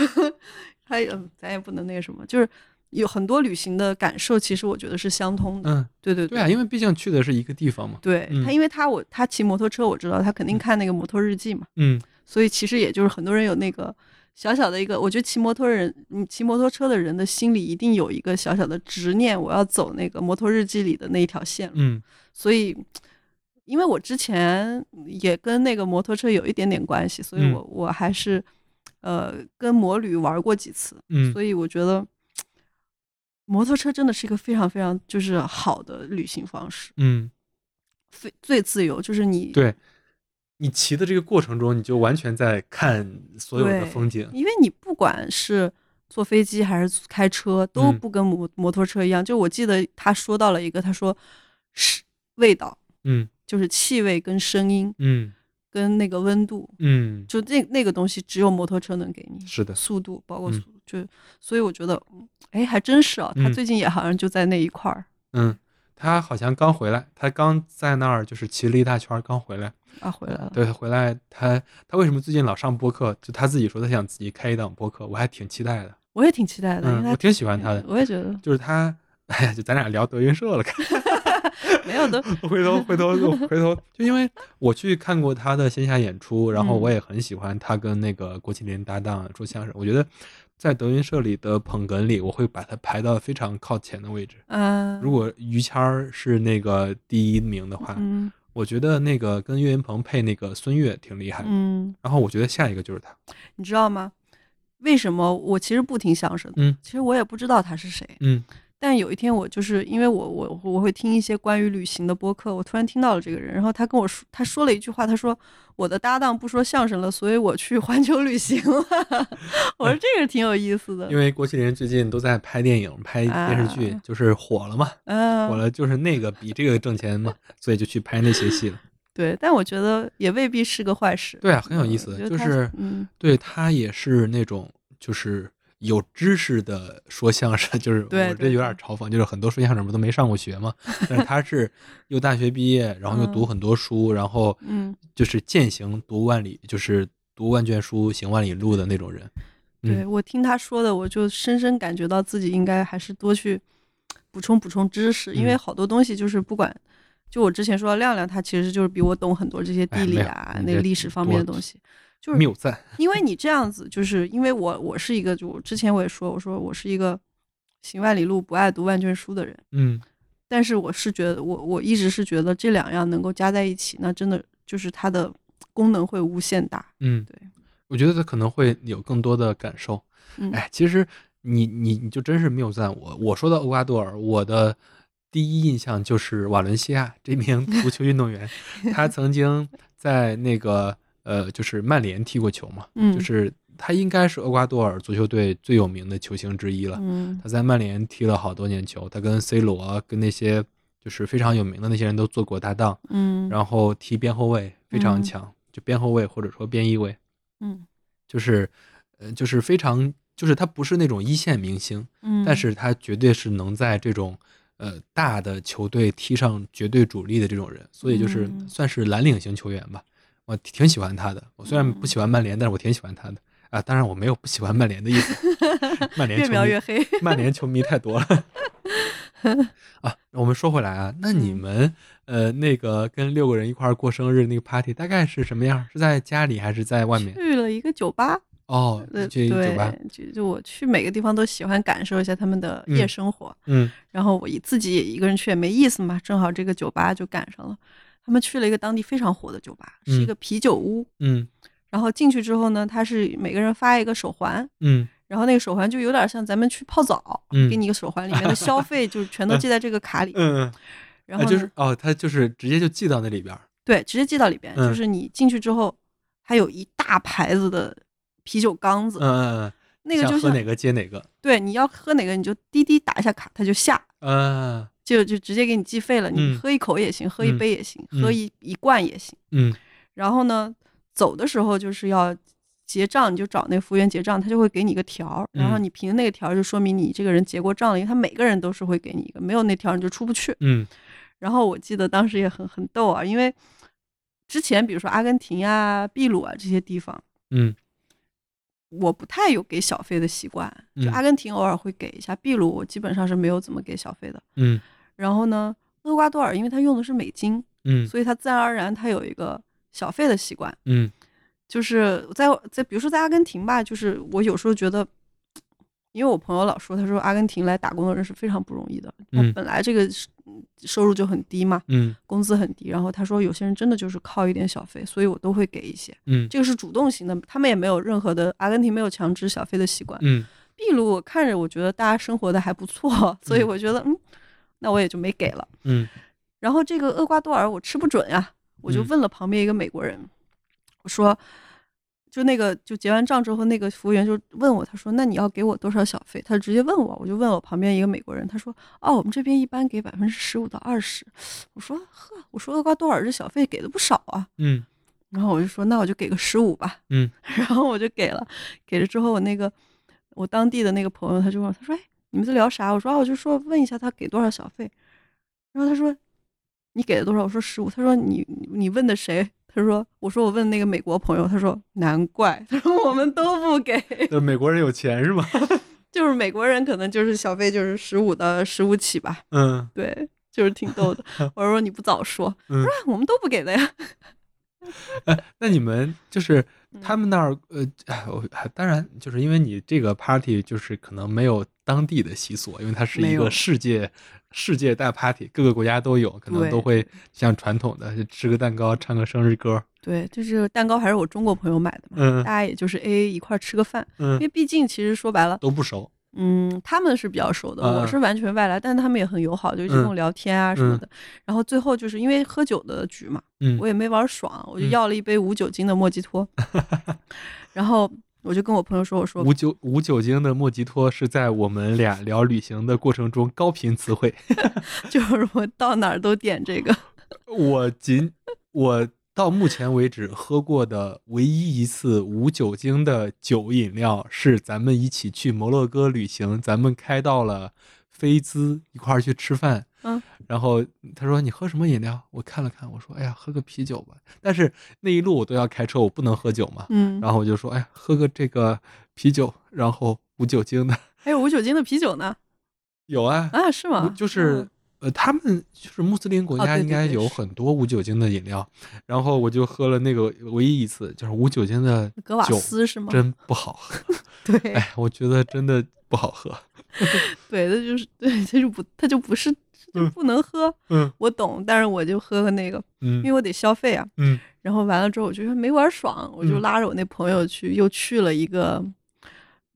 Speaker 2: 还有，嗯咱也不能那个什么，就是有很多旅行的感受，其实我觉得是相通的。
Speaker 1: 嗯，
Speaker 2: 对对
Speaker 1: 对啊，因为毕竟去的是一个地方嘛。
Speaker 2: 对
Speaker 1: 嗯
Speaker 2: 他，因为他我他骑摩托车，我知道他肯定
Speaker 1: 嗯
Speaker 2: 看那个《摩托日记》嘛。
Speaker 1: 嗯
Speaker 2: 所以其实也就是很多人有那个小小的一个，我觉得骑摩托人，嗯，骑摩托车的人的心里一定有一个小小的执念，我要走那个摩托日记里的那一条线路。
Speaker 1: 嗯
Speaker 2: 所以，因为我之前嗯也跟那个摩托车有一点点关系，所以
Speaker 1: 嗯
Speaker 2: 我我还是呃跟摩旅玩过几次，
Speaker 1: 嗯
Speaker 2: 所以我觉得。摩托车真的是一个非常非常就是好的旅行方式，
Speaker 1: 嗯，
Speaker 2: 最最自由，就是你
Speaker 1: 对。你骑的这个过程中，你就完全在看所有的
Speaker 2: 对
Speaker 1: 风景。
Speaker 2: 因为你不管是坐飞机还是开车，都
Speaker 1: 嗯
Speaker 2: 不跟摩摩托车一样。就我记得他说到了一个，他说是味道，
Speaker 1: 嗯
Speaker 2: 就是气味跟声音
Speaker 1: 嗯
Speaker 2: 跟那个温度，
Speaker 1: 嗯，
Speaker 2: 就那那个东西只有摩托车能给你。
Speaker 1: 是的。
Speaker 2: 速度包括
Speaker 1: 嗯
Speaker 2: 速度，就所以我觉得，嗯哎，还真是啊，他
Speaker 1: 嗯
Speaker 2: 最近也好像就在那一块儿
Speaker 1: 嗯，他好像刚回来，他刚在那儿就是骑了一大圈儿，刚回来。
Speaker 2: 啊回来了。
Speaker 1: 对，回来他他为什么最近老上播客？就他自己说他想自己开一档播客，我还挺期待的。
Speaker 2: 我也挺期待的，因为
Speaker 1: 嗯，
Speaker 2: 他
Speaker 1: 我挺喜欢他的，
Speaker 2: 我也觉得
Speaker 1: (laughs) 就是他，哎呀，就咱俩聊德云社了，看 (laughs)
Speaker 2: 没有都
Speaker 1: 回头回头回头，就因为我去看过他的线下演出，然后
Speaker 2: 嗯
Speaker 1: 我也很喜欢他跟那个郭麒麟搭档说相声，我觉得在德云社里的捧哏里，我会把他排到非常靠前的位置。
Speaker 2: 嗯，
Speaker 1: 如果于谦儿是那个第一名的话，
Speaker 2: 嗯
Speaker 1: 我觉得那个跟岳云鹏配那个孙越挺厉害的。
Speaker 2: 嗯，
Speaker 1: 然后我觉得下一个就是他。
Speaker 2: 你知道吗？为什么我其实不听相声的，
Speaker 1: 嗯
Speaker 2: 其实我也不知道他是谁，
Speaker 1: 嗯
Speaker 2: 但有一天我就是因为我我我会听一些关于旅行的播客，我突然听到了这个人，然后他跟我说，他说了一句话，他说我的搭档不说相声了，所以我去环球旅行了。 (laughs) 我说这个挺有意思的
Speaker 1: 哎因，为郭麒麟最近都在拍电影、拍电视剧，
Speaker 2: 啊
Speaker 1: 就是火了嘛，
Speaker 2: 嗯、
Speaker 1: 火了就是那个比这个挣钱
Speaker 2: (laughs)
Speaker 1: 嘛，所以就去拍那些戏了。
Speaker 2: 对，但我觉得也未必是个坏事。
Speaker 1: 对啊，很有意
Speaker 2: 嗯
Speaker 1: 思
Speaker 2: 我觉得
Speaker 1: 就
Speaker 2: 他
Speaker 1: 是
Speaker 2: 嗯，
Speaker 1: 对他也是那种就是有知识的说相声， (laughs) 就是
Speaker 2: 对
Speaker 1: 我这
Speaker 2: 对
Speaker 1: 有点
Speaker 2: 对
Speaker 1: 嘲讽，就是很多说相声不都没上过
Speaker 2: (laughs)
Speaker 1: 学嘛，但是他是又大学毕业，然后又读
Speaker 2: 嗯
Speaker 1: 很多书，然后
Speaker 2: 嗯
Speaker 1: 就是践行读万里，就是读万卷书行万里路的那种人。嗯
Speaker 2: 对我听他说的，我就深深感觉到自己应该还是多去补充补充知识，因为
Speaker 1: 嗯
Speaker 2: 好多东西就是不管，就我之前说的亮亮，他其实就是比我懂很多这些
Speaker 1: 哎
Speaker 2: 地理
Speaker 1: 没有
Speaker 2: 啊、
Speaker 1: 你
Speaker 2: 那个
Speaker 1: 这
Speaker 2: 历史方
Speaker 1: 多
Speaker 2: 面的东西。就是
Speaker 1: 谬赞，
Speaker 2: 因为你这样子，就是因为我我是一个，就我之前我也说，我说我是一个行万里路不爱读万卷书的人，
Speaker 1: 嗯
Speaker 2: 但是我是觉得我我一直是觉得这两样能够加在一起，那真的就是它的功能会无限大。
Speaker 1: 嗯，
Speaker 2: 对，
Speaker 1: 我觉得他可能会有更多的感受。
Speaker 2: 嗯，
Speaker 1: 哎，其实你你你就真是谬赞我。我说到厄瓜多尔，我的第一印象就是瓦伦西亚这名足球运动
Speaker 2: (laughs)
Speaker 1: 员，他曾经在那个呃，就是曼联踢过球嘛，
Speaker 2: 嗯，
Speaker 1: 就是他应该是厄瓜多尔足球队最有名的球星之一了。
Speaker 2: 嗯
Speaker 1: 他在曼联踢了好多年球，他跟 C 罗跟那些就是非常有名的那些人都做过搭档，
Speaker 2: 嗯，
Speaker 1: 然后踢边后卫非常
Speaker 2: 嗯
Speaker 1: 强，就边后卫或者说边翼卫。
Speaker 2: 嗯
Speaker 1: 就是，呃，就是非常，就是他不是那种一线明星，
Speaker 2: 嗯，
Speaker 1: 但是他绝对是能在这种呃大的球队踢上绝对主力的这种人，所以就是
Speaker 2: 嗯
Speaker 1: 算是蓝领型球员吧。我挺挺喜欢他的，我虽然不
Speaker 2: 嗯
Speaker 1: 喜欢曼联，但是我挺喜欢他的啊。当然我没有不喜欢曼联的意
Speaker 2: (laughs)
Speaker 1: 思，曼联
Speaker 2: 越
Speaker 1: 球
Speaker 2: 描
Speaker 1: 迷
Speaker 2: 越黑。 (laughs)
Speaker 1: 曼联球迷太多了。啊，我们说回来啊，那你
Speaker 2: 嗯
Speaker 1: 们、呃那个跟六个人一块儿过生日那个 party 大概是什么样？是在家里还是在外面？
Speaker 2: 去了一个酒吧，
Speaker 1: 哦，
Speaker 2: 呃，
Speaker 1: 去
Speaker 2: 对，
Speaker 1: 酒吧，
Speaker 2: 就就我去每个地方都喜欢感受一下他们的夜
Speaker 1: 嗯
Speaker 2: 生活，
Speaker 1: 嗯，
Speaker 2: 然后我一自己也一个人去也没意思嘛，正好这个酒吧就赶上了。他们去了一个当地非常火的酒吧，是一
Speaker 1: 嗯
Speaker 2: 个啤酒屋。
Speaker 1: 嗯
Speaker 2: 然后进去之后呢，他是每个人发一个手环，
Speaker 1: 嗯
Speaker 2: 然后那个手环就有点像咱们去泡澡，
Speaker 1: 嗯
Speaker 2: 给你一个手环，里面
Speaker 1: (laughs)
Speaker 2: 的消费就是全都记在这个卡里。
Speaker 1: 嗯，
Speaker 2: 然后
Speaker 1: 啊
Speaker 2: 呢、
Speaker 1: 就是哦，他就是直接就记到那里边儿。
Speaker 2: 对，直接记到里边，
Speaker 1: 嗯
Speaker 2: 就是你进去之后，还有一大牌子的啤酒缸子，
Speaker 1: 嗯嗯，嗯
Speaker 2: 那个
Speaker 1: 想
Speaker 2: 就
Speaker 1: 喝
Speaker 2: 像
Speaker 1: 哪个接哪个。
Speaker 2: 对，你要喝哪个你就滴滴打一下卡，它就下，
Speaker 1: 嗯
Speaker 2: 就就直接给你计费了。你
Speaker 1: 嗯
Speaker 2: 喝一口也行，喝一
Speaker 1: 嗯
Speaker 2: 杯也行，
Speaker 1: 嗯
Speaker 2: 喝一一罐也行。
Speaker 1: 嗯
Speaker 2: 然后呢，走的时候就是要结账，你就找那服务员结账，他就会给你一个条儿，然后
Speaker 1: 嗯
Speaker 2: 你凭那个条儿就说明你这个人结过账了，因为他每个人都是会给你一个，没有那条儿你就出不去。
Speaker 1: 嗯
Speaker 2: 然后我记得当时也很很逗啊，因为之前比如说阿根廷啊、秘鲁啊这些地方，
Speaker 1: 嗯
Speaker 2: 我不太有给小费的习惯，就
Speaker 1: 嗯
Speaker 2: 阿根廷偶尔会给一下，秘鲁我基本上是没有怎么给小费的。
Speaker 1: 嗯
Speaker 2: 然后呢，厄瓜多尔因为他用的是美金，
Speaker 1: 嗯
Speaker 2: 所以他自然而然他有一个小费的习惯。
Speaker 1: 嗯
Speaker 2: 就是在在比如说在阿根廷吧，就是我有时候觉得，因为我朋友老说，他说阿根廷来打工的人是非常不容易的，他
Speaker 1: 嗯
Speaker 2: 本来这个是收入就很低嘛，
Speaker 1: 嗯
Speaker 2: 工资很低，然后他说有些人真的就是靠一点小费，所以我都会给一些，
Speaker 1: 嗯
Speaker 2: 这个是主动型的，他们也没有任何的阿根廷没有强制小费的习惯。
Speaker 1: 嗯
Speaker 2: 秘鲁我看着我觉得大家生活的还不错，所以
Speaker 1: 嗯
Speaker 2: 我觉得嗯，那我也就没给了。
Speaker 1: 嗯
Speaker 2: 然后这个厄瓜多尔我吃不准呀、我就
Speaker 1: 嗯
Speaker 2: 问了旁边一个美国人，我说，就那个就结完账之后，那个服务员就问我，他说那你要给我多少小费？他直接问我，我就问我旁边一个美国人，他说哦，我们这边一般给百分之十五到二十。我说呵，我说厄瓜多尔这小费给的不少啊。
Speaker 1: 嗯
Speaker 2: (laughs) 然后我就说那我就给个十五吧，
Speaker 1: 嗯，
Speaker 2: (laughs) 然后我就给了，给了之后我那个我当地的那个朋友他就问我，他说哎你们在聊啥？我说啊我就说问一下他给多少小费，然后他说你给了多少？我说十五。他说你你你问的谁？他说我说我问那个美国朋友。他说难怪，他说我们都不给，
Speaker 1: 那美国人有钱是吧？
Speaker 2: 就是美国人可能就是小费就是十五到十五起吧，
Speaker 1: 嗯
Speaker 2: 对，就是挺
Speaker 1: (laughs)
Speaker 2: 逗的。我说你不早说，
Speaker 1: 嗯
Speaker 2: 他说啊我们都不给的呀。
Speaker 1: (laughs) 那你们就是
Speaker 2: 嗯
Speaker 1: 他们那儿呃，哎我哎当然就是因为你这个 party 就是可能没有当地的习俗，因为它是
Speaker 2: 没
Speaker 1: 一个
Speaker 2: 有
Speaker 1: 世界世界大 party，各个国家都有，可能
Speaker 2: 对
Speaker 1: 都会像传统的就吃个蛋糕，唱个生日歌。
Speaker 2: 对，就是蛋糕还是我中国朋友买的嘛，
Speaker 1: 嗯
Speaker 2: 大家也就是 A A 一块儿吃个饭，因
Speaker 1: 嗯，
Speaker 2: (laughs) 为毕竟其实说白了，
Speaker 1: 都不熟，
Speaker 2: 嗯，他们是比较熟的，
Speaker 1: 嗯
Speaker 2: 我是完全外来，但是他们也很友好，就一直跟我
Speaker 1: 嗯
Speaker 2: 聊天啊什么的。然后最后就是因为喝酒的局嘛，
Speaker 1: 嗯
Speaker 2: 我也没玩爽，我就
Speaker 1: 嗯
Speaker 2: 要了一杯无酒精的莫吉
Speaker 1: (laughs)
Speaker 2: 托，然后我就跟我朋友说，我说
Speaker 1: 无酒无酒精的莫吉托是在我们俩聊旅行的过程中高频词汇。
Speaker 2: (laughs) 就是我到哪儿都点这个，
Speaker 1: 我仅我到目前为止喝过的唯一一次无酒精的酒饮料，是咱们一起去摩洛哥旅行，咱们开到了菲兹一块儿去吃饭。
Speaker 2: 嗯，
Speaker 1: 然后他说你喝什么饮料？我看了看，我说哎呀，喝个啤酒吧。但是那一路我都要开车，我不能喝酒嘛。
Speaker 2: 嗯，
Speaker 1: 然后我就说哎呀，喝个这个啤酒，然后无酒精的 (laughs)
Speaker 2: 还有无酒精的啤酒呢，
Speaker 1: 有啊，
Speaker 2: 啊，是吗
Speaker 1: 无？就是、
Speaker 2: 嗯
Speaker 1: 呃，他们就是穆斯林国
Speaker 2: 哦
Speaker 1: 家
Speaker 2: 对
Speaker 1: 应
Speaker 2: 对
Speaker 1: 该
Speaker 2: 对
Speaker 1: 有
Speaker 2: 是
Speaker 1: 很多无酒精的饮料，然后我就喝了那个唯一一次就是无酒精的
Speaker 2: 格瓦
Speaker 1: 酒，
Speaker 2: 斯是吗？
Speaker 1: 真不好喝，
Speaker 2: 对
Speaker 1: 哎，我觉得真的不好喝，
Speaker 2: 对，那就是对，他就不，他就不是
Speaker 1: 嗯
Speaker 2: 不能喝，
Speaker 1: 嗯
Speaker 2: 我懂，但是我就喝个那个，因为
Speaker 1: 嗯
Speaker 2: 我得消费啊。
Speaker 1: 嗯
Speaker 2: 然后完了之后，我就说没玩爽，我就
Speaker 1: 嗯
Speaker 2: 拉着我那朋友去，又去了一个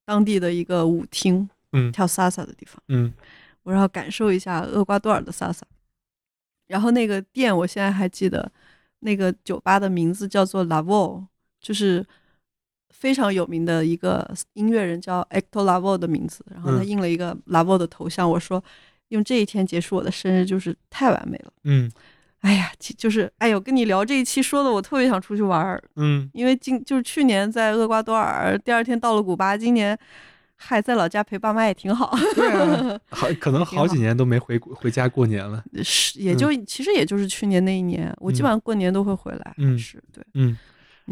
Speaker 2: 当地的一个舞厅，
Speaker 1: 嗯
Speaker 2: 跳萨萨的地方，
Speaker 1: 嗯
Speaker 2: 我要感受一下厄瓜多尔的萨萨。然后那个店我现在还记得，那个酒吧的名字叫做 Lavo，就是非常有名的一个音乐人叫 Hector Lavo 的名字。然后他
Speaker 1: 嗯
Speaker 2: 印了一个 Lavo 的头像，我说用这一天结束我的生日就是太完美了。
Speaker 1: 嗯
Speaker 2: 哎呀，其就是哎呦，跟你聊这一期说的我特别想出去玩儿， (laughs)
Speaker 1: 嗯
Speaker 2: 因为今就是去年在厄瓜多尔，第二天到了古巴，今年还在老家陪爸妈也挺好， (laughs)
Speaker 1: 对啊，好，可能
Speaker 2: 挺
Speaker 1: 好
Speaker 2: 好
Speaker 1: 几年都没回国回家过年了，
Speaker 2: 是
Speaker 1: 嗯
Speaker 2: 也就、其实也就是去年那一年，我基本上过年都会回来，
Speaker 1: 嗯
Speaker 2: 是对，
Speaker 1: 嗯，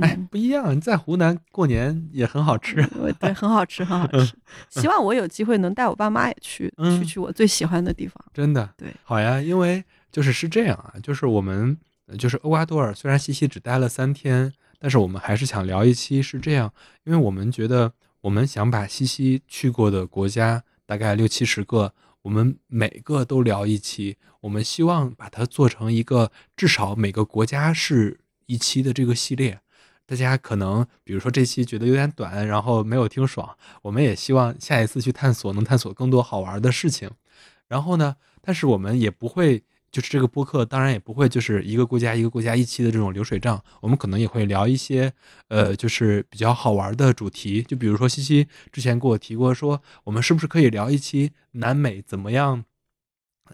Speaker 1: 哎
Speaker 2: 嗯，
Speaker 1: 不一样，你在湖南过年也很好吃，
Speaker 2: 我对，很好吃，很好吃。希望我有机会能带我爸妈也去、
Speaker 1: 嗯
Speaker 2: 去去我最喜欢的地方。
Speaker 1: 真的，
Speaker 2: 对
Speaker 1: 好呀，因为就是是这样啊，就是我们呃就是厄瓜多尔，虽然西西只待了三天，但是我们还是想聊一期是这样，因为我们觉得我们想把西西去过的国家大概六七十个，我们每个都聊一期，我们希望把它做成一个至少每个国家是一期的这个系列。大家可能比如说这期觉得有点短，然后没有听爽，我们也希望下一次去探索能探索更多好玩的事情。然后呢，但是我们也不会，就是这个播客当然也不会就是一个国家一个国家一期的这种流水账，我们可能也会聊一些呃，就是比较好玩的主题，就比如说西西之前给我提过说，我们是不是可以聊一期南美怎么样？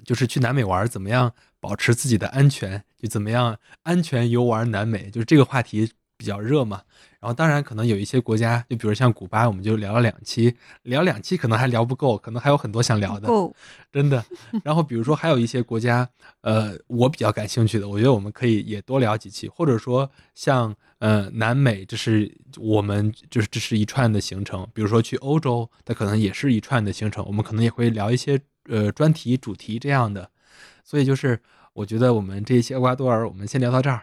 Speaker 1: 就是去南美玩儿怎么样保持自己的安全，就怎么样安全游玩南美，就是这个话题比较热嘛。然后当然可能有一些国家，就比如像古巴，我们就聊了两期，聊两期可能还聊不够，可能还有很多想聊的。
Speaker 2: 够，
Speaker 1: 真的。然后比如说还有一些国家，呃，我比较感兴趣的，我觉得我们可以也多聊几期，或者说像呃南美，这是我们就是这是一串的行程，比如说去欧洲，它可能也是一串的行程，我们可能也会聊一些呃专题、主题这样的。所以就是我觉得我们这一期厄瓜多尔，我们先聊到这儿。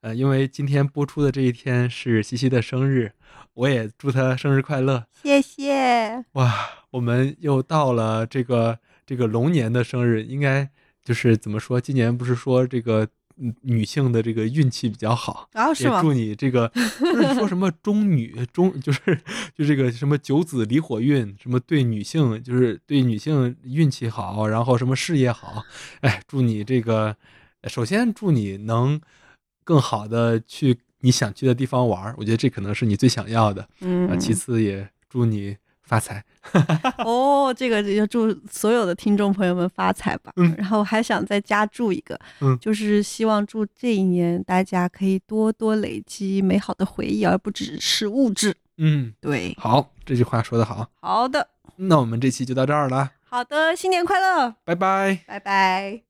Speaker 1: 呃，因为今天播出的这一天是西西的生日，我也祝他生日快乐。
Speaker 2: 谢谢。
Speaker 1: 哇，我们又到了这个这个龙年的生日，应该就是怎么说？今年不是说这个嗯女性的这个运气比较好，
Speaker 2: 然后
Speaker 1: 也
Speaker 2: 哦是吗？
Speaker 1: 祝你这
Speaker 2: (laughs)
Speaker 1: 个不是说什么中女中，就是 (laughs) 就这个什么九子离火运，什么对女性就是对女性运气好，然后什么事业好，哎，祝你这个首先祝你能更好的去你想去的地方玩儿，我觉得这可能是你最想要的。啊，
Speaker 2: 嗯，
Speaker 1: 其次也祝你发财。 (laughs)
Speaker 2: 哦，这个就祝所有的听众朋友们发财吧。
Speaker 1: 嗯
Speaker 2: 然后还想再加注一个，
Speaker 1: 嗯
Speaker 2: 就是希望祝这一年大家可以多多累积美好的回忆，而不只是物质。
Speaker 1: 嗯，
Speaker 2: 对，
Speaker 1: 好，这句话说得好。
Speaker 2: 好的，
Speaker 1: 那我们这期就到这儿了，
Speaker 2: 好的，新年快乐，
Speaker 1: 拜拜。
Speaker 2: 拜拜。